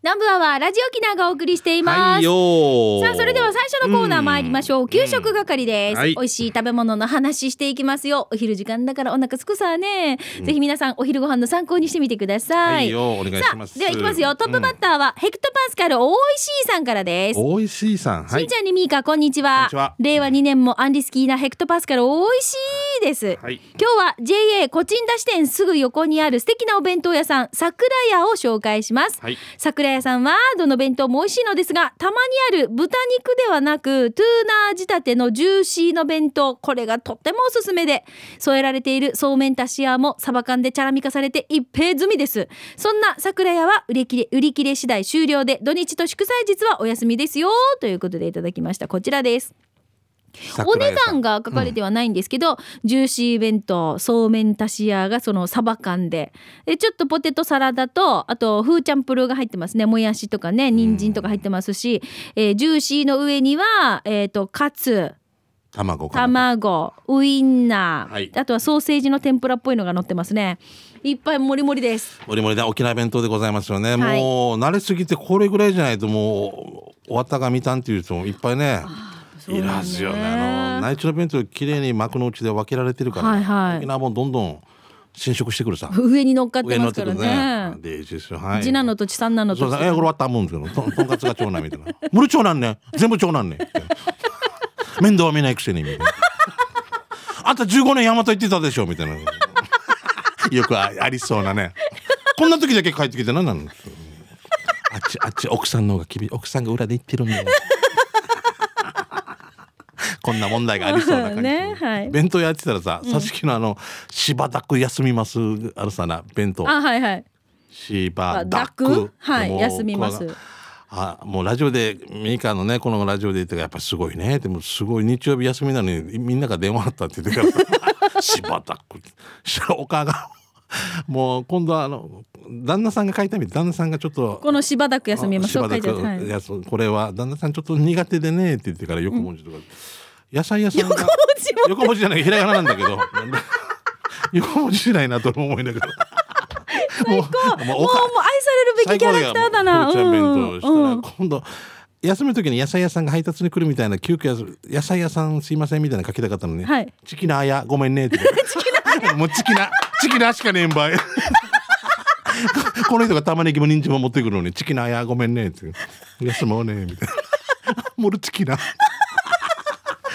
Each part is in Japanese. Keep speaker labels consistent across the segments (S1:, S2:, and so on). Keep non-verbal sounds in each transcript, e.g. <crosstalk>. S1: 南部アワーラジオキナがお送りしていま
S2: はい
S1: す、
S2: よー
S1: さあそれでは最初のコーナー参りましょう、
S2: ん
S1: 給食係です、
S2: はい
S1: 美味しい食べ物の話していきますよお昼時間だからお腹すくさね、ぜひ皆さんお昼ご飯の参考にしてみてくだ
S2: うん
S1: さ、
S2: はいいよお願い
S1: さ
S2: しま
S1: あ
S2: す
S1: ではいきますよトップバッターは、ヘクトパスカル大石井さんからです
S2: おいしいさんは
S1: し
S2: い
S1: んちゃんにみーかこんにちは
S2: こんにちは
S1: 令和2年もアンリスキーなヘクトパスカルおいしいです、
S2: はい
S1: 今日は JA コチンダ支店すぐ横にある素敵なお弁当屋さん桜屋を紹介します、
S2: はい
S1: 桜屋さんはどの弁当も美味しいのですがたまにある豚肉ではなくトゥーナー仕立てのジューシーの弁当これがとってもおすすめで添えられているそうめんたしやもサバ缶でチャラミ化されて一平済みですそんな桜屋は売り切れ売り切れ次第終了で土日と祝祭日はお休みですよということでいただきましたこちらですお
S2: 桜
S1: 値
S2: 井さん
S1: 段が書かれてはないんですけど、ジューシー弁当そうめんたし屋がそのサバ缶ででちょっとポテトサラダとあとフーチャンプルーが入ってますねもやしとかね人参とか入ってますし、えージューシーの上には、えー、とカツ
S2: 卵かな
S1: 卵ウインナー、
S2: はい
S1: あとはソーセージの天ぷらっぽいのが乗ってますねいっぱいもりもりです
S2: もりもりだ沖縄弁当でございますよね、
S1: はい
S2: もう慣れすぎてこれぐらいじゃないともう終わったが見たんっていう人もいっぱいねいるはずよねあの内地の弁当綺麗に幕の内で分けられてるから、
S1: はいはい
S2: 沖縄もどんどん侵食してくるさ
S1: 上に乗っかって
S2: 上に乗
S1: ま
S2: っ
S1: すか
S2: てく
S1: ら
S2: るね
S1: ね。
S2: でいいですよはい
S1: 次男の土地三男の
S2: そ
S1: 土
S2: う
S1: 地
S2: そうえこれ終わったもんですけどととんかつが長男みたいな「無理長男ね全部長男ね」 <laughs> 面倒は見ないくせにみたいな「あんた15年大和行ってたでしょ」みたいなよくあありそうなねこんな時だけ帰ってきて何なのあっちあっち奥さんの方が厳しい奥さんが裏で言ってるんだよこんな問題がありそうな感
S1: <laughs>
S2: じ、
S1: ねはい
S2: 弁当やってたらささしきのあの「柴田区休みます」あるさな弁当
S1: あはいはい
S2: 芝ダ
S1: ダ
S2: ッ
S1: ッ
S2: ク
S1: クはい
S2: もう
S1: 休みます
S2: ここはあもうラジオでミカのねこのラジオで言ってたからやっぱすごいねでもすごい日曜日休みなのにみんなが電話あったって言ってたか
S1: <laughs>
S2: ら芝ダックしたらお母がもう今度はあの旦那さんが書いたみて旦那さんがちょっと
S1: この芝田区休みます
S2: 柴
S1: 紹
S2: 田
S1: 介じゃ
S2: 君、
S1: はい
S2: い、やそうこれは旦那さんちょっと苦手でねって言ってから横文字とか、野菜屋さんが横文字じゃないひらがななんだけ <laughs> どなんだ横文字しないなと思いながら最高も
S1: も
S2: う
S1: うもう愛されるべきキャラクターだな。
S2: 最高よもうフルーツや弁当したら、
S1: うん
S2: 今度休む時に野菜屋さんが配達に来るみたいな急遽やす野菜屋さんすいませんみたいなの書きたかったのね、
S1: はい
S2: チキナーやごめんねってもうチキナチキナしかねえんばいこの人が玉ねぎも人参も持ってくるのにチキナーやごめんねって休もうねみたいなもうチキナ <laughs>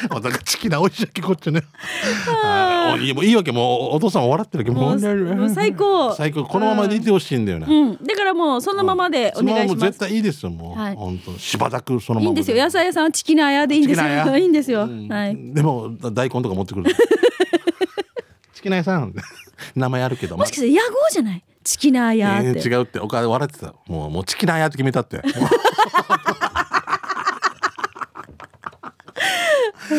S2: またチキナ美味しいわけこっちねはいおいいもういいわけもうお父さんも笑ってるわけ
S1: も
S2: う
S1: うもう最高。
S2: 最高このままでいてほしいんだよな、
S1: うん。だからもうそのままでお願い
S2: そのままも
S1: し
S2: う
S1: ま
S2: 絶
S1: す。
S2: 対いいですよもう、
S1: はい
S2: 本当柴田区そのま
S1: い
S2: ま
S1: いんですよ。野菜屋さんはチキナー屋でいいんです
S2: チキナー
S1: よ。
S2: 屋
S1: いいんですよ。
S2: うん
S1: はい。
S2: でも大根とか持ってくるチキナ屋さん <laughs> 名前あるけど
S1: もしかして野号じゃない？チキナー
S2: ま
S1: 屋
S2: あ
S1: っ
S2: え
S1: て。
S2: ー違うってお母笑ってたもうもうチキナ屋って決めたってだか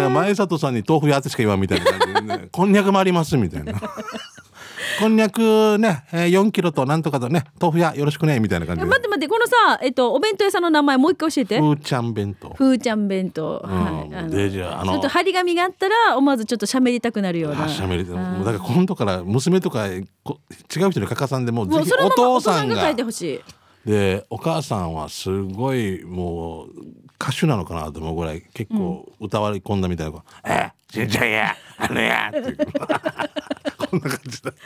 S2: ら前里さんに豆腐屋ってしか言わんみたいな感
S1: <laughs>
S2: じでねこんにゃくもありますみたいなこんにゃくね、えー、4キロとなんとかとね豆腐屋よろしくねみたいな感じ
S1: え
S2: で
S1: 待って待ってこのさえっとお弁当屋さんの名前もう一回教えて
S2: ふ。ーちゃん弁当
S1: ふーちゃん弁当。
S2: うん
S1: はい。
S2: でじゃああの
S1: ちょっと張り紙があったら思わずちょっと喋りたくなるような。
S2: あしゃべりだ
S1: はい
S2: もうだから今度から娘とかこ違う人に書かさんでもう
S1: も
S2: ぜ
S1: う
S2: ひ
S1: その
S2: お
S1: ままお
S2: 父
S1: 父さ
S2: さ
S1: ん
S2: ん
S1: が
S2: が
S1: 書いてほしい。
S2: でお母さんはすごいもう歌手なのかなと思うぐらい結構歌われ込んだみたいな「えしんちゃんやあのや」っていう <laughs> こんな感じだっけ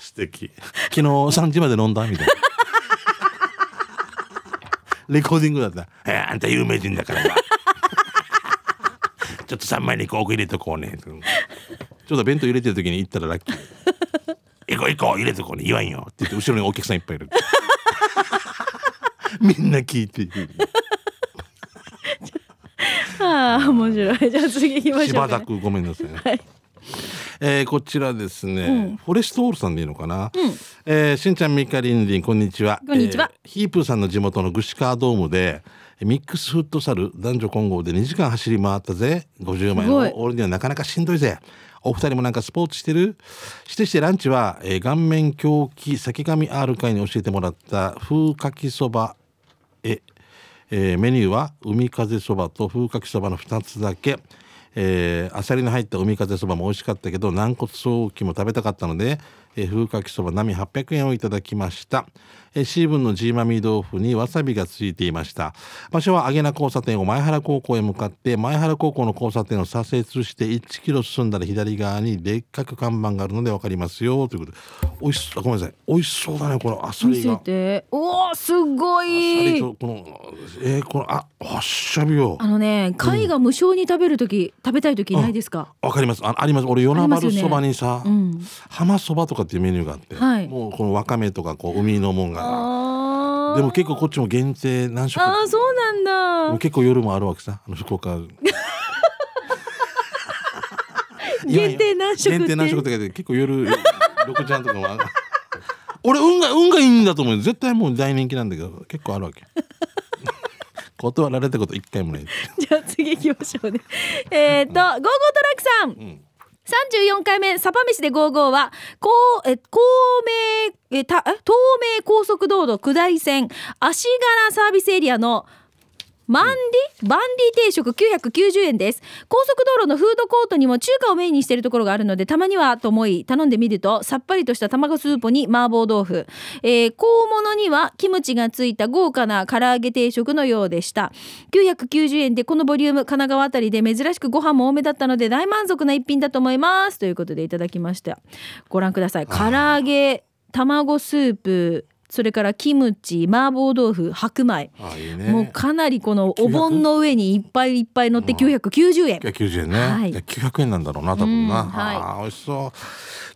S2: 素敵昨日3時まで飲んだみたいな <laughs> レコーディングだった「えあんた有名人だからな <laughs> ちょっと3枚にコーク入れとこうね」ちょっと弁当入れてる時に行ったらラッキー「行こう行こう入れとこうね言わんよ」って言って後ろにお客さんいっぱいいる。 <laughs> みんな聞
S1: <laughs>
S2: いている。
S1: ああ面白い。じゃあ次行きましょ
S2: 柴
S1: うか
S2: 田
S1: ね。
S2: 区ごめんなさいね。
S1: はい
S2: えーこちらですね、フォレストオールさんでいいのかな、えーしんちゃんみかりんりんこんにちは
S1: こんにちは
S2: えーヒープーさんの地元のグシカードームでミックスフットサル男女混合で2時間走り回ったぜ50枚
S1: す
S2: の
S1: ごい
S2: 俺にはなかなかしんどいぜお二人もなんかスポーツしてるしてしてランチは、えー顔面狂気先髪 R 会に教えてもらった風かきそばええーメニューは海風そばと風かきそばの2つだけ、えー、あさりの入った海風そばも美味しかったけど軟骨ソーキも食べたかったので、えー風かきそば並800円をいただきました、えーシーブンのジーマミー豆腐にわさびがついていました場所は揚げな交差点を前原高校へ向かって前原高校の交差点を左折して1キロ進んだら左側にでっかく看板があるのでわかりますよということでおいしそうあごめんなさいおいしそうだねこのアサ
S1: 見
S2: リが
S1: せておおすご
S2: アサリ
S1: い
S2: とこのえー、このあおっしゃびよ
S1: あのね貝が無償に食べる時食べたい時ないですか
S2: わかりますああります俺夜なばるそばにさ、
S1: うん
S2: 浜そばとかっていうメニューがあって、
S1: はい
S2: もうこのわかめとかこう海のもんが
S1: あー
S2: でも結構こっちも限定何食
S1: あーそうな
S2: で
S1: ん
S2: も
S1: だ
S2: 結構夜もあるわけさあの福岡
S1: <laughs> 限定何食って
S2: 限定何食って書いて結構夜六時半とかもある俺運が運がいいんだと思うよ絶対もう大人気なんだけど結構あ
S1: <laughs>
S2: るわけ断られたこと一回もな
S1: <laughs>
S2: い、
S1: じゃあ次行きましょうね <laughs> えっとゴーゴートラックさん
S2: うん、
S1: 34回目サバ飯で55は高え公明えたえ東名高速道路下り線足柄サービスエリアのマンディバンディ定食990円です高速道路のフードコートにも中華をメインにしているところがあるのでたまにはと思い頼んでみるとさっぱりとした卵スープに麻婆豆腐、えー、小物にはキムチがついた豪華な唐揚げ定食のようでした990円でこのボリューム神奈川あたりで珍しくご飯も多めだったので大満足な一品だと思いますということでいただきましたご覧ください唐揚げ卵スープそれからキムチ麻婆豆腐白米
S2: ああいいね
S1: もうかなりこのお盆の上にいっぱいいっぱい乗って990円。
S2: 990円ね、
S1: はい
S2: いや900円なんだろうな多分な、
S1: うんはい
S2: ああ美味しそう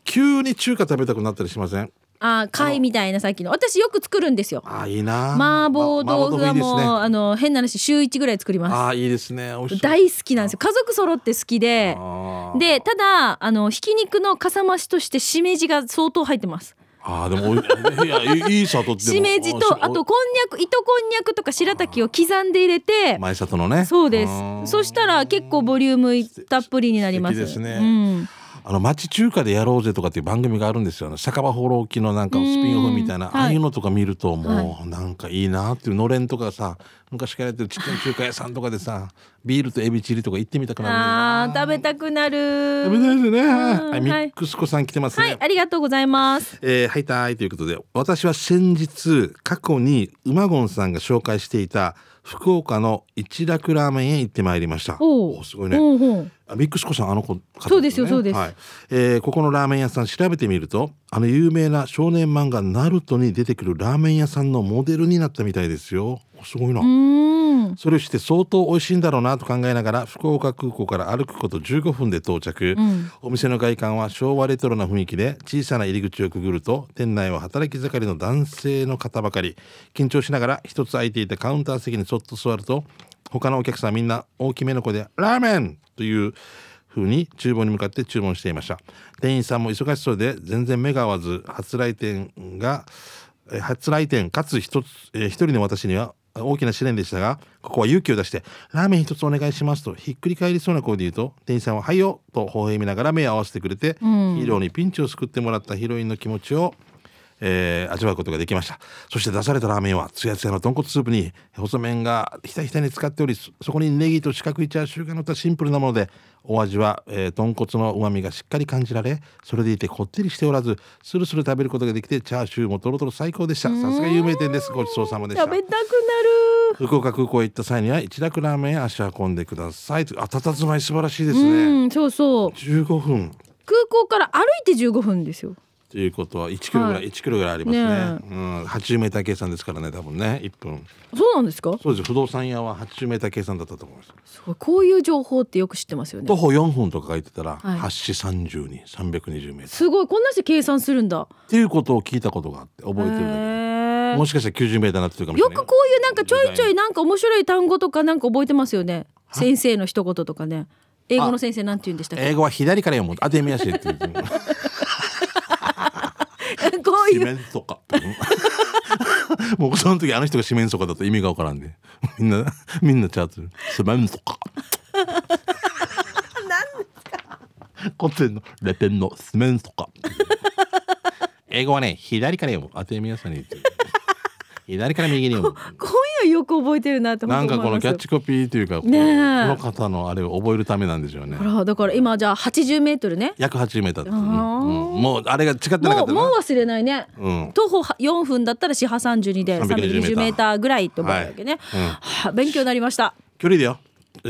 S2: 急に中華食べたくなったりしません
S1: あー、貝みたいなさっきの。私よく作るんですよ。
S2: ああいいな
S1: 麻婆豆腐はもう、
S2: 麻
S1: あの変な話週一ぐらい作り
S2: あ
S1: ま
S2: あいいですね美味
S1: す。
S2: しい
S1: 大好きなんですよ。家族揃って好きで。
S2: ああ
S1: でただあのひき肉のかさ増しとしてしめじが相当入ってます
S2: ああでもおいいやいいいいさとっても
S1: しめじとあとこんにゃく糸こんにゃくとか白滝を刻んで入れて
S2: 前里のね
S1: そうで
S2: ん
S1: すそしたら結構ボリュームたっぷりになります
S2: 素敵ですね
S1: うん、
S2: あの町中華でやろうぜとかっていう番組があるんですよ、ね、酒場放浪記のなんかスピンオフみたいな、
S1: うんはい
S2: ああいうのとか見るともうなんかいいなっていうのれんとかさ昔からやってるちっちゃい中華屋さんとかでさビールとエビチリとか行ってみたくな
S1: あ
S2: る
S1: ー食べたくなる
S2: 食べたいですね、
S1: うん
S2: はいミ
S1: はい
S2: ックスコさん来てますね、
S1: はい、ありがとうございます。
S2: えー、はいたーいということで私は先日過去に馬ゴンさんが紹介していた福岡の一楽ラーメンへ行ってまいりました
S1: おう
S2: ーすごいね
S1: ほうほう
S2: あミックスコさんあの子、方
S1: そうですよそうです
S2: はいえーここのラーメン屋さん調べてみるとあの有名な少年漫画「ナルトに出てくるラーメン屋さんのモデルになったみたいですよおすごいな、
S1: うーん。
S2: それをして相当美味しいんだろうなと考えながら福岡空港から歩くこと15分で到着、
S1: うん
S2: お店の外観は昭和レトロな雰囲気で小さな入り口をくぐると店内は働き盛りの男性の方ばかり緊張しながら一つ空いていたカウンター席にそっと座ると他のお客さんみんな大きめの声で「ラーメン!」という風に厨房に向かって注文していました店員さんも忙しそうで全然目が合わず初来店がえー初来店かつ一つ、えー一人の私には大きな試練でしたがここは勇気を出して「ラーメン一つお願いします」とひっくり返りそうな声で言うと店員さんは「はいよ」と微笑みながら目を合わせてくれて、
S1: ん
S2: ヒーローにピンチを救ってもらったヒロインの気持ちを、えー味わうことができましたそして出されたラーメンはつやつやの豚骨スープに細麺がひたひたに使っておりそそこにネギと四角いチャーシューが乗ったシンプルなものでお味は、えー豚骨のうまみがしっかり感じられそれでいてこってりしておらずスルスル食べることができてチャーシューもとろとろ最高でしたさすが有名店ですごちそうさまでした
S1: 食べたくなる。
S2: 福岡空港へ行った際には一楽ラーメンへ足を運んでくださいとあたたずまい素晴らしいですね
S1: うん、そうそう。
S2: 15分
S1: 空港から歩いて15分ですよ。
S2: ということは1キロぐらい、
S1: はい
S2: 1キロぐらいありますね
S1: ね
S2: うん、80メーター計算ですからね多分ね1分
S1: そうなんですか。
S2: そうです不動産屋は80メーター計算だったと思います
S1: すごい、こういう情報ってよく知ってますよ
S2: 徒
S1: ね。
S2: 歩4分とか書いてたら、
S1: はい
S2: 8市30に320メーター
S1: すごい、こんなして計算するんだ。
S2: っていうことを聞いたことがあって覚えてるだけで
S1: へ
S2: も
S1: ー
S2: しかしたら90メーターになってるかもしれ
S1: よ
S2: ない
S1: くこういうなんかちょいちょいなんか面白い単語とかなんか覚えてますよね。先生の一言とかね。英語の先生なんて言うんでしたっけ。
S2: 英語は左から読むあてみやしって言ってる
S1: <laughs> こう
S2: 四
S1: いう。
S2: 面楚歌 <laughs> もうその時あの人が四面楚歌だと意味がわからんで、みんなみんなチャート四面楚歌なん
S1: <laughs>
S2: ですか古典のレペンの四面楚歌
S1: <laughs>
S2: 英語はね左から読む当て皆さんに言ってる左から右に読む
S1: こういよよく覚えてるなって
S2: な
S1: 本
S2: ん
S1: 当
S2: か
S1: 思
S2: こ
S1: いま
S2: の
S1: す
S2: キャッチコピーというかこうこ
S1: ねえ
S2: の方のあれを覚えるためなんでしょうね
S1: ほらだから今じゃあ80メートルね
S2: 約8メーターです、
S1: あ
S2: う
S1: ー
S2: んうんもうあれが違ってなか
S1: も
S2: っ
S1: う
S2: た
S1: も
S2: な
S1: う忘れないね
S2: うん
S1: 徒歩4分だったら四波32で320
S2: 320
S1: メーターぐらいって思うわけね、
S2: はいうん
S1: はあ勉強になりました
S2: 距離だよ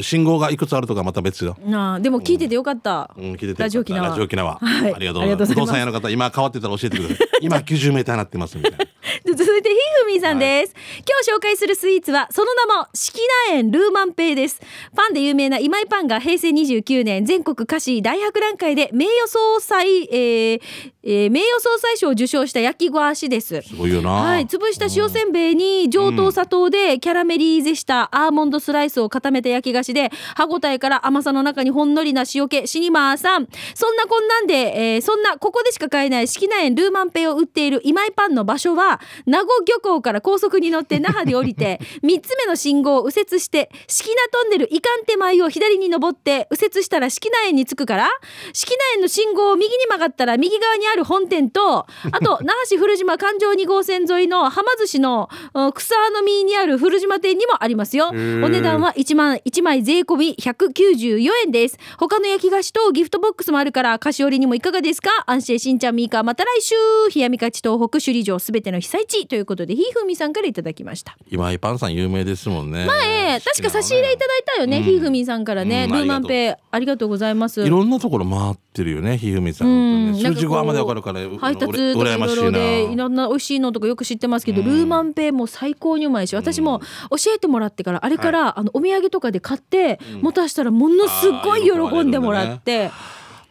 S2: 信号がいくつあるとかまた別よ
S1: なあでも聞いててよかった、
S2: うん、聞いてて
S1: ラジオ沖縄
S2: ラジオ沖縄、
S1: はい
S2: ありがとうござ
S1: あ
S2: います
S1: りがとうございます
S2: 不動産屋の方今変わってたら教えてください今90メーターになってますみたいな
S1: で続いてひふみんさんです、今日紹介するスイーツはその名も四季菜園ルーマンペイですパンで有名な今井パンが平成29年全国菓子大博覧会で名誉総裁、えーえー名誉総裁賞を受賞した焼き菓子です
S2: すごいよな
S1: <laughs> はい、潰した塩せんべいに上等砂糖でキャラメリーゼしたアーモンドスライスを固めた焼き菓子で歯ごたえから甘さの中にほんのりな塩気シニマーさんそんなこんなんで、えーそんなここでしか買えない四季内園ルーマンペイを売っている今井パンの場所は名護漁港から高速に乗って那覇で降りて3つ目の信号を右折して四季名トンネルいかん手前を左に登って右折したら四季内園に着くから四季内園の信号を右に曲がったら右側にある本店とあ
S2: <laughs>
S1: と那覇市古島環状2号線沿いのはま寿司のうん草の実にある古島店にもありますよお
S2: ー
S1: 値段は1万1枚税込み194円です他の焼き菓子とギフトボックスもあるから菓子折りにもいかがですか安心しんちゃんみーかまた来週冷やみかち東北首里城すべての被災地ということでひーふみさんからいただきました
S2: 今井パンさん有名ですもんね
S1: ええ確か差し入れいただいたよね、
S2: うん
S1: ひーふみさんからね、
S2: うん
S1: ルーマンペイありがとうございます
S2: いろんなところ回ってるよねひふみさん、
S1: うん
S2: 数字
S1: なんかこう
S2: 側までわかるからう
S1: 配達とか
S2: うら
S1: い
S2: 羨ま
S1: ろ
S2: し
S1: い
S2: い
S1: ろでい
S2: な
S1: ろんな美味しいのとかよく知ってますけど、
S2: うん
S1: ルーマンペイも最高にうまいし私も教えてもらってからあれから、あのお土産とかで買って
S2: うん
S1: 持たしたらものすごい
S2: あー
S1: 喜んでもらって、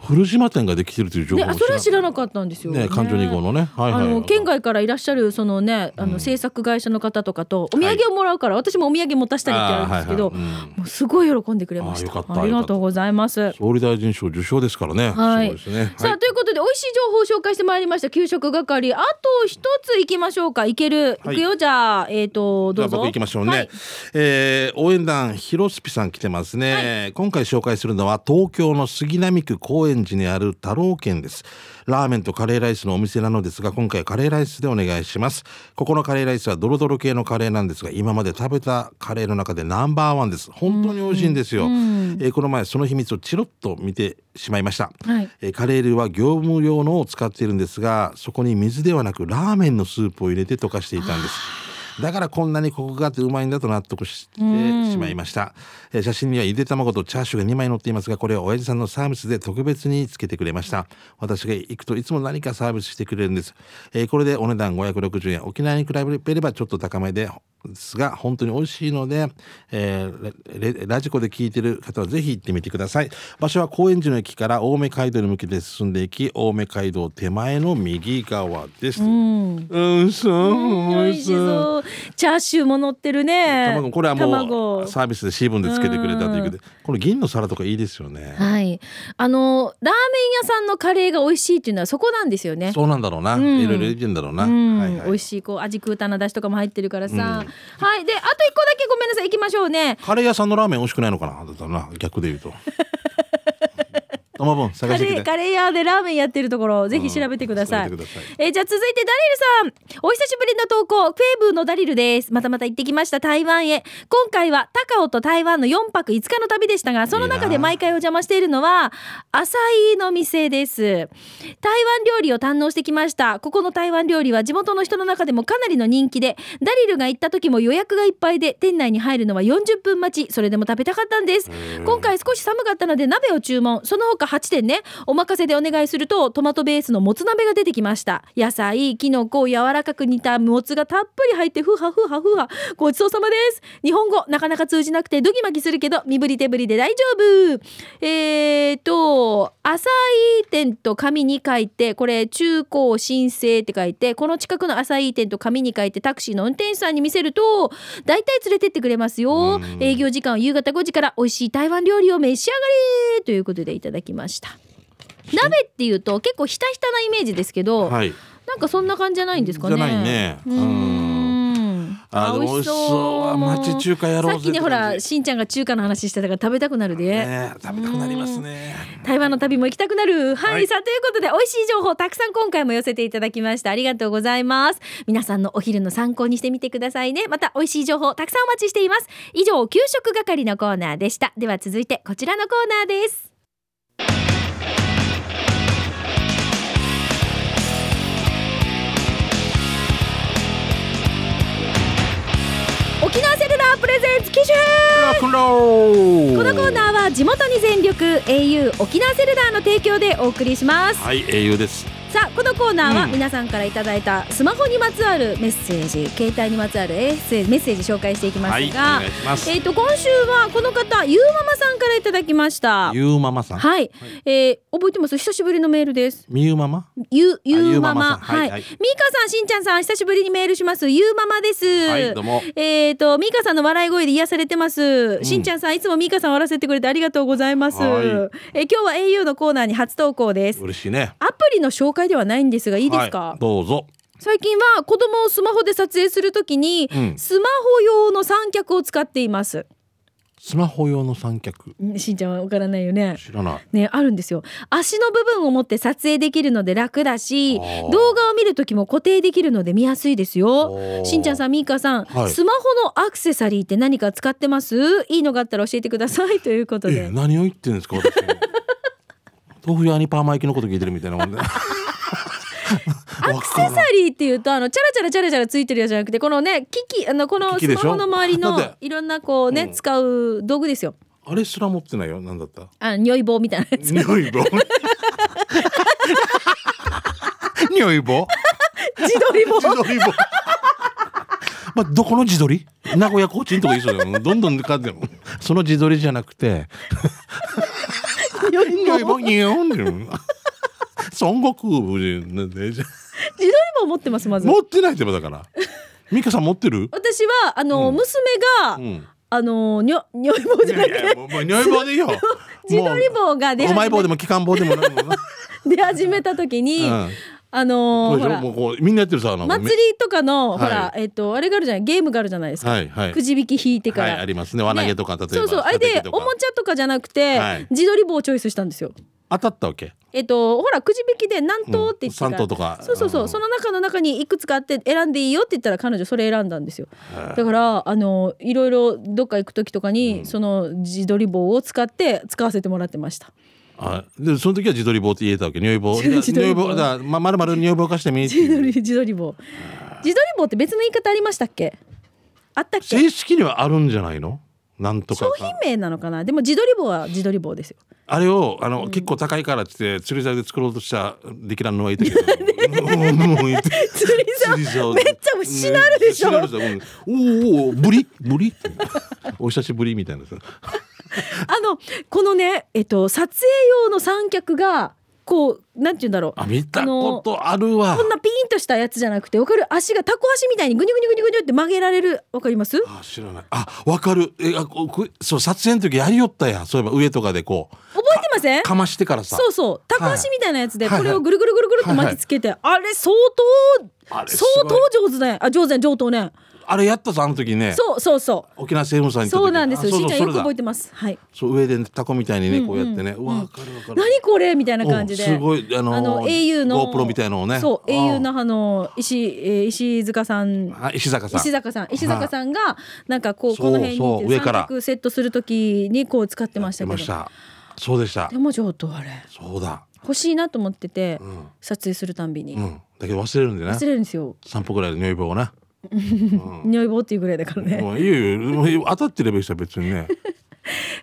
S2: 古島店ができてるという情報
S1: ね
S2: を
S1: あそれは知らなか
S2: っ
S1: ったんですよ。
S2: ね環状2号のねはいはい
S1: あの県外からいらっしゃるそのねあ
S2: う
S1: の
S2: ん
S1: 制作会社の方とかとお土産をもらうから、私もお土産持たしたりってあるんですけど、
S2: あーはいはいうん
S1: もうすごい喜んでくれまし
S2: あー
S1: た
S2: よかった
S1: ありがとうございます。
S2: 総理大臣賞受賞ですからね、
S1: はい
S2: すごいですね
S1: さあということで美味しい情報を紹介してまいりました給食係あと一つ行きましょうかいける、
S2: はい
S1: い、くよじゃあえっ、と
S2: じ
S1: ど
S2: ゃあ
S1: うぞ
S2: 僕行きましょうね、
S1: はい
S2: えー応援団ヒロスピさん来てますね、今回紹介するのは東京の杉並区高円寺にある太郎軒ですラーメンとカレーライスのお店なのですが今回はカレーライスでお願いしますここのカレーライスはドロドロ系のカレーなんですが今まで食べたカレーの中でナンバーワンです本当に美味しいんですよ、えーこの前その秘密をチロッと見てしまいました、
S1: はい
S2: えーカレールーは業務用のを使っているんですがそこに水ではなくラーメンのスープを入れて溶かしていたんですだからこんなにコクがあってうまいんだと納得してしまいました、えー写真にはゆで卵とチャーシューが2枚載っていますがこれは親父さんのサービスで特別につけてくれました私が行くといつも何かサービスしてくれるんです、えーこれでお値段560円沖縄に比べればちょっと高めでですが本当に美味しいので、えーレレラジコで聞いてる方はぜひ行ってみてください場所は高円寺の駅から青梅街道に向けて進んでいき青梅街道手前の右側です
S1: うん
S2: うんそう
S1: 美味しそうチャーシューも乗ってるね
S2: 卵これはも
S1: 卵
S2: うサービスでシーブンでつけてくれたということでこの銀の皿とかいいですよね
S1: はいあのラーメン屋さんのカレーが美味しいっていうのはそこなんですよね
S2: そうなんだろうな、
S1: ん
S2: いろいろ言ってんだろうな、
S1: うん
S2: はいはい
S1: 美味しいこう味クータなだしとかも入ってるからさ、はいであと一個だけごめんなさい行きましょうね
S2: カレー屋さんのラーメン美味しくないのかなだったらな逆で言
S1: <laughs>
S2: うとトマボン探
S1: カ
S2: してき
S1: レ
S2: て
S1: ーカレー屋でラーメンやってるところぜひ調べてください,、
S2: うん調べてください
S1: えーじゃあ続いてダリルさんお久しぶりの投稿フェーブーのダリルですまたまた行ってきました台湾へ今回は高尾と台湾の4泊5日の旅でしたがその中で毎回お邪魔しているのは浅井の店です台湾料理を堪能してきましたここの台湾料理は地元の人の中でもかなりの人気でダリルが行った時も予約がいっぱいで店内に入るのは40分待ちそれでも食べたかったんです今回少し寒かったので鍋を注文その他8点ねお任せでお願いするとトマトベースのもつ鍋が出てきました野菜きのこを柔らかく煮たもつがたっぷり入ってふはふはふはごちそうさまです日本語なかなか通じなくてドギマギするけど身振り手振りで大丈夫えーと浅井店と紙に書いてこれ中高新生って書いてこの近くの浅井店と紙に書いてタクシーの運転手さんに見せると大体連れてってくれますよ
S2: うん
S1: 営業時間は夕方5時から美味しい台湾料理を召し上がれということでいただきました鍋っていうと結構ひたひたなイメージですけど、
S2: はい
S1: なんかそんな感じじゃないんですかね
S2: じゃないね
S1: うーん
S2: あーでも美味しそうわ
S1: もう
S2: 町中華やろうぜ
S1: さっきねほ
S2: って感
S1: ら
S2: じ
S1: しんちゃんが中華の話してたから食べたくなるで、
S2: ねえ食べたくなりますね
S1: 台湾の旅も行きたくなるはい、
S2: はい
S1: さあということで美味しい情報たくさん今回も寄せていただきましたありがとうございます皆さんのお昼の参考にしてみてくださいねまた美味しい情報たくさんお待ちしています以上給食係のコーナーでしたでは続いてこちらのコーナーです沖縄セルラープレゼンツ機種編
S2: ロックンロール
S1: このコーナーは地元に全力 au 沖縄セルラーの提供でお送りします
S2: はい英雄です
S1: さあこのコーナーは
S2: うん
S1: 皆さんからいただいたスマホにまつわるメッセージ携帯にまつわるメッセージメッセージ紹介していきま
S2: はい
S1: す
S2: お
S1: が、
S2: 願いします
S1: えっ、と今週はこの方ゆうママさんからいただきました
S2: ゆうママさん
S1: はい、えー覚えてます久しぶりのメールです
S2: みゆママ
S1: ゆうゆうマ
S2: あゆうママさ
S1: マ
S2: ん
S1: は
S2: はいい
S1: ミ
S2: は
S1: ー
S2: い
S1: カさんしんちゃんさん久しぶりにメールしますゆうママです
S2: はいどうも
S1: <laughs> えー、とミカさんの笑い声で癒されてます、
S2: ん
S1: しんちゃんさんいつもミカさん笑わせてくれてありがとうございます、
S2: はい
S1: えー今日は au のコーナーに初投稿です
S2: 嬉しいね
S1: アプリの紹介ではないんですがいいですか、
S2: はいどうぞ
S1: 最近は子供をスマホで撮影するときに、
S2: うん
S1: スマホ用の三脚を使っています
S2: スマホ用の三脚
S1: んしんちゃんはわからないよね
S2: 知らない
S1: ね、あるんですよ足の部分を持って撮影できるので楽だし
S2: あー
S1: 動画を見る時も固定できるので見やすいですよ
S2: おー
S1: しんちゃんさんみーかさん、
S2: はい
S1: スマホのアクセサリーって何か使ってますいいのがあったら教えてくださ
S2: <laughs>
S1: いということ
S2: え
S1: で
S2: 何を言ってんですか <laughs> 私豆腐屋にパーマ焼きのこと聞いてるみたいなもんで <laughs> ア
S1: アクセサリーっていうとあのチャラチャラチャラチャラついてるやつじゃなくてこのね機器あのこの
S2: 機器
S1: ス
S2: でし
S1: マ
S2: ょ
S1: ホの周りの
S2: だ <laughs> って
S1: いろんなこうね、
S2: うん
S1: 使う道具ですよ
S2: あれすら持ってないよなんだった
S1: あ匂い棒みた
S2: <laughs>
S1: いなやつ
S2: 匂い棒匂い棒
S1: 自撮り棒
S2: 自撮り棒まあどこの自撮り名古屋コーチンとか言いそうだよどんどんかってその自撮りじゃなくて
S1: 匂い棒
S2: <laughs> 匂い棒匂い棒孫悟空夫人なんでじ
S1: 自
S2: ゃ
S1: 撮り棒持ってますまず
S2: 持ってないってばだからミカさん持ってる
S1: 私はあの、
S2: うん
S1: 娘が、
S2: うん
S1: あの <laughs> にょ匂い棒じゃなくて
S2: もうもう匂い棒でいいよ
S1: 自撮り棒が出
S2: お前
S1: 始
S2: 棒
S1: め
S2: でも機関棒でもなんで <laughs> もな
S1: <laughs> 出始めた時に、
S2: うん
S1: あの
S2: そ
S1: ーほ
S2: うでしょ
S1: ら
S2: もうこうみんなやってるさあの
S1: 祭りとかの、
S2: はい
S1: ほらえっ、とあれがあるじゃないゲームがあるじゃないですか、
S2: はいはい
S1: くじ引き引いてか
S2: はい
S1: ら、
S2: ありますね輪投げとか例えば
S1: そうそうあれで
S2: 叩きとか
S1: おもちゃとかじゃなくて、
S2: はい
S1: 自撮り棒をチョイスしたんですよ
S2: 当たったわけ
S1: えっ、とほらくじ引きで何等って言ってたら、
S2: うん三等とか
S1: そうそうそう、
S2: うん
S1: その中の中にいくつかあって選んでいいよって言ったら彼女それ選んだんですよ
S2: は
S1: だからあのいろいろどっか行く時とかに、
S2: うん
S1: その自撮り棒を使って使わせてもらってました
S2: あでその時は自撮り棒って言えたわけ匂い棒だ
S1: 自撮
S2: 匂
S1: り
S2: い
S1: 棒
S2: 棒だままるまる匂い棒化してみってい
S1: 自
S2: う
S1: 撮り自撮り棒自撮り棒って別の言い方ありましたっけあったっけ
S2: 正式にはあるんじゃないのなんとか
S1: 商
S2: か
S1: 品名なのかなでも自撮り棒は自撮り棒ですよ
S2: あれをあの、結構高いからって言って釣り竿で作ろうとしたできらんのはいたけどうんうんうん
S1: <laughs> 釣り竿
S2: 釣り竿
S1: めっちゃしなるでしょ
S2: ねしなるでしょうんおーおーぶりぶりって <laughs> お久しぶりみたいなさ
S1: あのこのねえっと撮影用の三脚がこうなんて言うんだろう
S2: あ見たことあるわ
S1: こんなピーンとしたやつじゃなくてわかる足がタコ足みたいにグニュグニュグニュグニュって曲げられるわかります
S2: あ知らないあわかるえあここそう撮影の時やりよったやそういえば上とかでこう
S1: 覚えてません
S2: かましてからさ
S1: そうそうタコ足みたいなやつで
S2: はい
S1: これをぐるぐるぐるぐるっと巻きつけて、あれ相
S2: あ
S1: 当
S2: れす
S1: 相
S2: ごい
S1: 当上手ねあ上手ね上等ね
S2: あれやったぞあの時ね
S1: そうそうそう
S2: 沖縄セブンさんに行った時
S1: そうなんですよ。
S2: あそ
S1: し
S2: うそ
S1: ん
S2: う
S1: ちゃんよく
S2: それだ
S1: 覚えてます。はい。
S2: そう上でタコみたいにねこうやってね、うわわかるわかる
S1: 何これみたいな感じで。
S2: うんすごいあのー
S1: au の
S2: GoPro みたいのをね
S1: そう
S2: うん
S1: au のあの石えー石塚さん。
S2: あ石坂さん
S1: 石坂さん石坂さんがなんかこう
S2: そう
S1: この辺
S2: そう
S1: に
S2: 上
S1: 三
S2: から
S1: 脚セットするときにこう使ってましたけ
S2: やってまし
S1: ど
S2: たそうでした
S1: でも上等あれ
S2: そうだ
S1: 欲しいなと思ってて
S2: うん、
S1: 撮影するたんび
S2: う
S1: に
S2: ん、だけど忘れるんでね
S1: 忘れるんですよ
S2: 散歩ぐらいで尿意棒をな、うん
S1: 匂い棒っていうぐらいだからね
S2: もういいよいいよもう当たってればいいさ別にね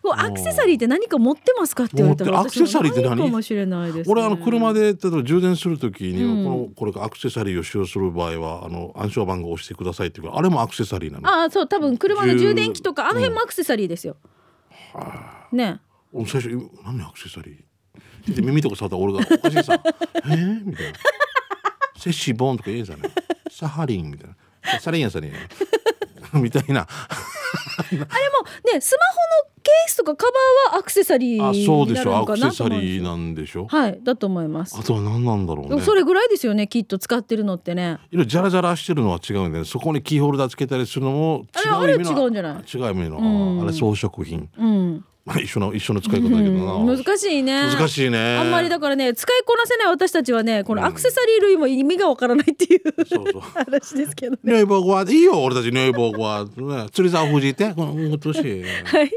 S1: こうアクセサリーって何か持ってますかって言われたら
S2: 持ってアクセサリーって何
S1: 私もないかもしれない <laughs> ですね
S2: 俺あの車で例えば充電するときに、
S1: うん
S2: このこれがアクセサリーを使用する場合はあの暗証番号を押してくださいっていうからあれもアクセサリーなの
S1: ああそう多分車の充
S2: 充
S1: 電器とかあの辺もアクセサリーですよ。ね
S2: 俺最初「何アクセサリー?」って言って耳とか触ったら俺がおかしいさ「えー?」みたいな「セシボン」とか言えんさね「サハリン」みたい <laughs> な「サリンやサリンや」みたいな
S1: え。でもねスマホのースとかカバーはアクセサリ
S2: あ
S1: ー
S2: そう
S1: に
S2: で
S1: な
S2: し
S1: る
S2: ょ
S1: の
S2: ア
S1: か
S2: ク
S1: な
S2: セ
S1: と
S2: サ
S1: 思うんです
S2: リ
S1: よ
S2: ーなんでしょ
S1: はいだと思います
S2: あとは何なんだろう
S1: でも
S2: ね
S1: それぐらいですよねきっと使ってるのってね
S2: 色々ジャラジャラしてるのは違うんで、そこにキーホルダーつけたりするのも
S1: あれあれ
S2: 違う意味の
S1: 違うんじゃない
S2: 違う意味の、
S1: うん
S2: あれ装飾品
S1: うん
S2: 一緒の一緒の使い方だけどな、
S1: うん難しいね
S2: 難しいね
S1: あんまりだからね使いこなせない私たちはねこのアクセサリー類も意味がわからないっていう
S2: そうそう
S1: <laughs> 話ですけど
S2: ニュイボーグはいいよ俺たちニュイボーグは、ね、釣り竿藤井ってこの今年
S1: はい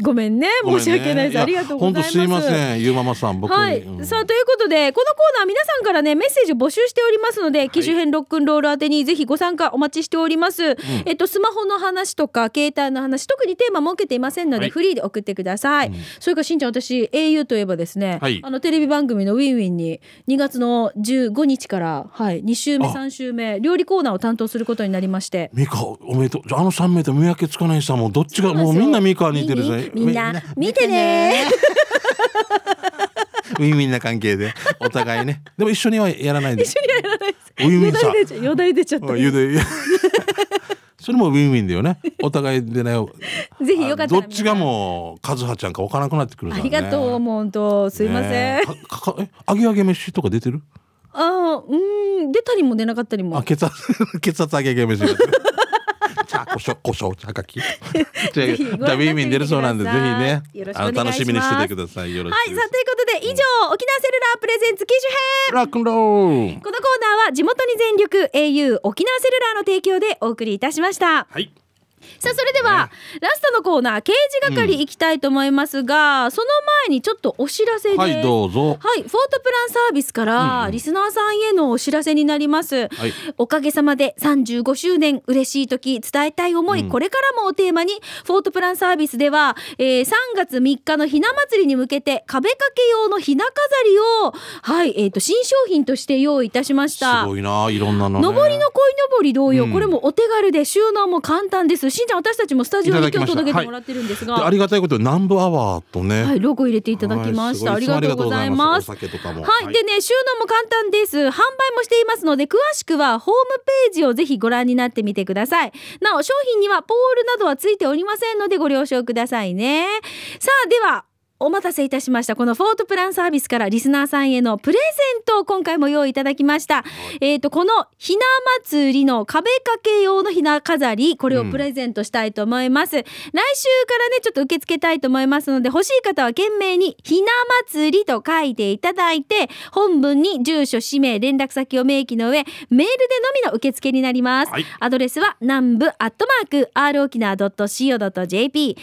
S1: ごめんね
S2: ごめん
S1: 申
S2: ね
S1: し訳ないですありがとうございます
S2: や本当すいませんゆうママさん僕に、
S1: はい、
S2: うん
S1: さあということでこのコーナー皆さんからねメッセージ募集しておりますので機種編ロックンロール宛てにぜひご参加お待ちしております、えっとスマホの話とか携帯の話特にテーマ設けていませんので、
S2: はい
S1: フリーで送ってください、それからしんちゃん私 au といえばですね、
S2: はい
S1: あのテレビ番組のウィンウィンに2月の15日からはい2週目
S2: あ
S1: 3週目料理コーナーを担当することになりまして
S2: ミカおめでとうじゃああの三名と三宅つかないさんもどっちがもうみんなミカ似てるぜ
S1: みんな見てね <laughs>
S2: ウィンウィンな関係でお互いねでも一緒にはやらないで一緒にはやらないウィンウィ
S1: よ
S2: ン
S1: だ
S2: さ
S1: れ出ちゃよだれ出ちゃった
S2: おいゆでそれもウィンウィンだよねお互いでね
S1: ぜひよかったら
S2: どっちがもう和葉ちゃんか分からなくなってくる
S1: あ
S2: から
S1: り
S2: ね
S1: がとうもう本当すいません、
S2: ねえかかえ揚げ揚げ飯とか出てる
S1: あーうーん出たりも出なかったりも
S2: あ血
S1: <laughs>
S2: 圧血圧上げ上げ飯が。 <laughs> じゃあ、こしょ、こしょ、ち
S1: <laughs>
S2: ゃかき。じゃあ、じゃあウ
S1: ひご覧になってみてください
S2: ィンウィン出るそうなんで、ぜひね。
S1: よろしくお願いします
S2: あの、楽しみにしててください。よろし
S1: はいさ
S2: くです
S1: あということで以上、沖縄セルラープレゼンツ機種編
S2: ラックンロール。
S1: このコーナーは地元に全力 au 沖縄セルラーの提供でお送りいたしました
S2: はい。
S1: さあそれでは、ラストのコーナー刑事係行きたいと思いますが、その前にちょっとお知らせです、
S2: はい、どうぞ。
S1: はい、フォートプランサービスからリスナーさんへのお知らせになります、
S2: はい
S1: おかげさまで35周年嬉しい時伝えたい思い、これからもをテーマにフォートプランサービスでは、えー3月3日のひな祭りに向けて壁掛け用のひな飾りをはい、えー、と新商品として用意いたしまし
S2: す
S1: た。
S2: ごいな、いろんなのね。
S1: 上りの鯉のぼり同様、
S2: うん
S1: これもお手軽で収納も簡単ですしんちゃん私たちもスタジオに
S2: いた
S1: 今
S2: だきま
S1: 日届
S2: した
S1: けてもらってるんですが
S2: でありがたいことに、南部アワーとね。
S1: はい、ロゴ入れていただきました。
S2: は
S1: あ
S2: い
S1: り
S2: すごい
S1: がとうございます。
S2: お酒とかも
S1: はい、
S2: はい
S1: でね、収納も簡単です。販売もしていますので、詳しくはホームページをぜひご覧になってみてください。なお、商品にはポールなどはついておりませんので、ご了承くださいね。さあ、では。お待たせいたしましたこのフォートプランサービスからリスナーさんへのプレゼントを今回も用意いただきました、えっ、とこのひな祭りの壁掛け用のひな飾りこれをプレゼントしたいと思います、来週からねちょっと受け付けたいと思いますので欲しい方は懸命にひな祭りと書いていただいて本文に住所氏名連絡先を明記の上メールでのみの受付になります、
S2: はい
S1: アドレスは南部アットマーク r 沖縄 .co.jp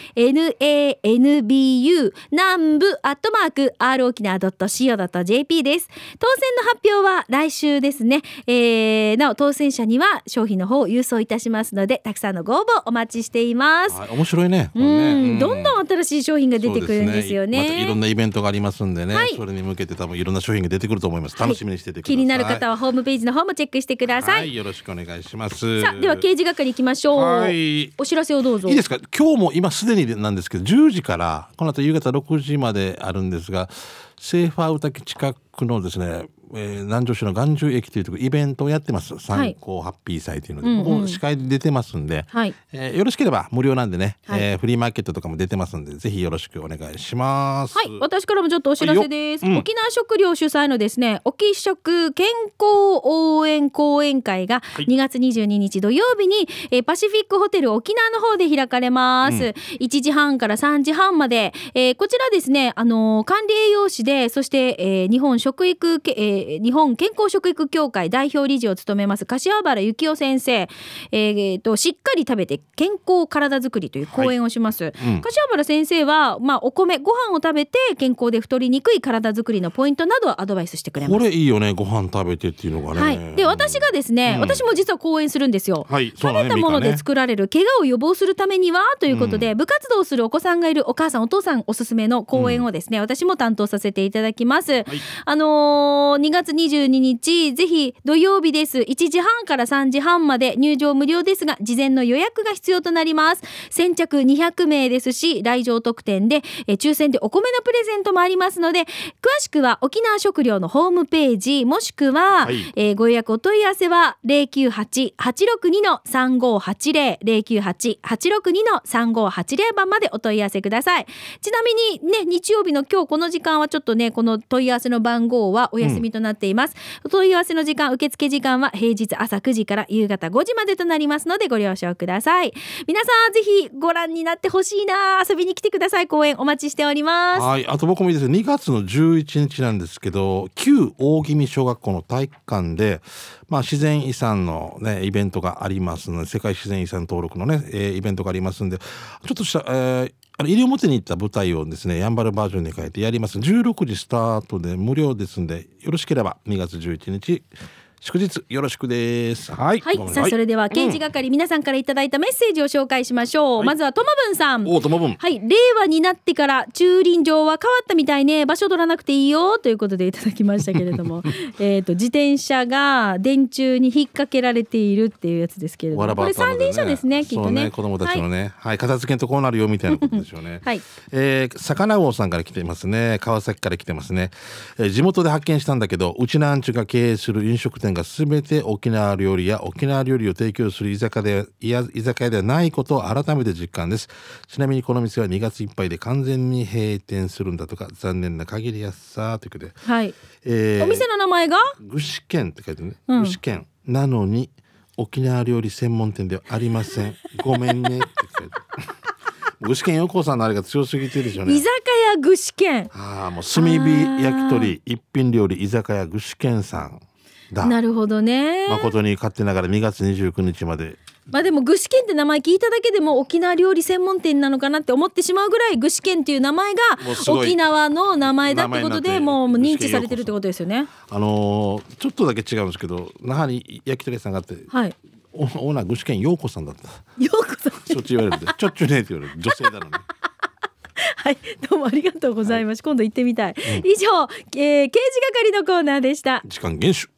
S1: nanbu 南部アットマーク r 沖縄 .co.jp です当選の発表は来週ですね、えー、なお当選者には商品の方を郵送いたしますのでたくさんのご応募お待ちしています、
S2: はい面白いね。これ
S1: う
S2: ね
S1: ん、
S2: う
S1: どんどん新しい商品が出てくるんですよ
S2: そうですまたいろん
S1: ね
S2: なイベントがありますんでね、
S1: はい
S2: それに向けて多分いろんな商品が出てくると思います。楽しみにしててください。
S1: 気になる方はホームページの方もチェックしてくださ、
S2: はいい、よろしくお願いします。
S1: さあでは刑事係行きましょう、
S2: はい
S1: お知らせをどうぞ
S2: いいですか今日も今すでになんですけど10時からこの後夕方6時まであるんですがセーファー歌木近くのですね、えー南城市の眼中駅というとこイベントをやってます
S1: い
S2: 参考ハッピー祭というので、
S1: うんうん
S2: ここ司会で出てますんで、
S1: はい
S2: えーよろしければ無料なんでね、
S1: はい
S2: えーフリーマーケットとかも出てますんでぜひよろしくお願いします。
S1: はい、私からもちょっとお知らせです。
S2: はいようん
S1: 沖縄食料主催のですね、沖食健康応援講演会が
S2: い
S1: 2月22日土曜日に、えーパシフィックホテル沖縄の方で開かれます。1時半から3時半まで、えーこちらですね、あのー管理栄養士で、そして、えー日本食育け、えー日本健康食育協会代表理事を務めます柏原幸雄先生、えーえーとしっかり食べて健康体づくりという講演をします。
S2: うん
S1: 柏原先生は、まあ、お米ご飯を食べて健康で太りにくい体づくりのポイントなどをアドバイスしてくれま
S2: こ
S1: す。
S2: れいいよねご飯食べてっていうのがね。
S1: はい、で私がですね、
S2: うん
S1: 私も実は講演するんですよ。
S2: はいそう
S1: 食
S2: だね
S1: べたもの
S2: みかん
S1: で
S2: ね
S1: 作られる怪我を予防するためにはということで、部活動をするお子さんがいるお母さんお父さんおすすめの講演をですね、私も担当させていただきます、あのー2 2月22日ぜひ土曜日です1時半から3時半まで入場無料ですが事前の予約が必要となります先着200名ですし来場特典でえー抽選でお米のプレゼントもありますので詳しくは沖縄食料のホームページもしくは、
S2: はい
S1: えーご予約お問い合わせは098-862-3580 098-862-3580番までお問い合わせくださいちなみにね日曜日の今日この時間はちょっとねこの問い合わせの番号はお休みとなっています、お問い合わせの時間受付時間は平日朝9時から夕方5時までとなりますのでご了承ください皆さんぜひご覧になってほしいな遊びに来てください公演お待ちしております
S2: はい、あと僕もいいですよ2月の11日なんですけど旧大宜味小学校の体育館で、まあ、自然遺産の、ね、イベントがありますので世界自然遺産登録の、ねえーイベントがありますんでちょっとした、えーあの西表に行った舞台をですねやんばるバージョンに変えてやります16時スタートで無料ですんでよろしければ2月11日祝日よろしくですはい、
S1: はい、
S2: ごめんな
S1: さあ
S2: さい
S1: それでは刑事係、皆さんからいただいたメッセージを紹介しましょう、
S2: はい
S1: まずはともぶんさん
S2: おともぶん
S1: はい令和になってから駐輪場は変わったみたいね場所取らなくていいよということでいただきましたけれど
S2: <laughs>
S1: もえーと自転車が電柱に引っ掛けられているっていうやつですけれども、
S2: わらば
S1: これ
S2: 頭
S1: 三輪車ですねきっ
S2: そ
S1: と
S2: う
S1: ね
S2: ね子供たちのね、はい片付けんとこうなるよみたいな
S1: <laughs>
S2: ことでしょうね
S1: はい
S2: えー、魚王さんから来ていますね川崎から来てますね、えー地元で発見したんだけどうちのアンチが経営する飲食店が全て沖縄料理や沖縄料理を提供する居酒屋でいや居酒屋ではないことを改めて実感ですちなみにこの店は2月いっぱいで完全に閉店するんだとか残念な限りやっさということで、
S1: はい、
S2: えー
S1: お店の名前が
S2: 具志堅って書いてるね、
S1: うん
S2: 具志堅なのに沖縄料理専門店ではありま
S1: <laughs>
S2: せんごめんねって書いてある <laughs> 具志堅横尾さんのあれが強すぎてるでしょうね
S1: 居酒屋具志堅
S2: ああもう炭火焼き鳥一品料理居酒屋具志堅さんだ
S1: なるほどね
S2: 誠に勝手ながら2月29日まで
S1: まあでも具志堅って名前聞いただけでも沖縄料理専門店なのかなって思ってしまうぐらい具志堅っていう名前が
S2: もうすごい
S1: 沖縄の名前だってこと
S2: 名前になっ
S1: で
S2: て
S1: もう認知されてるってことですよね。
S2: あのーちょっとだけ違うんですけど那覇に焼き鳥屋さんがあって
S1: はい。
S2: オオーナー具志堅陽子さんだった
S1: ようこそ。
S2: しょっちゅう言われるんでちょっちゅうねって言われる女性なのね
S1: <laughs> はい。どうもありがとうございます。今度行ってみたい。以上、えー刑事係のコーナーでした。
S2: 時間厳守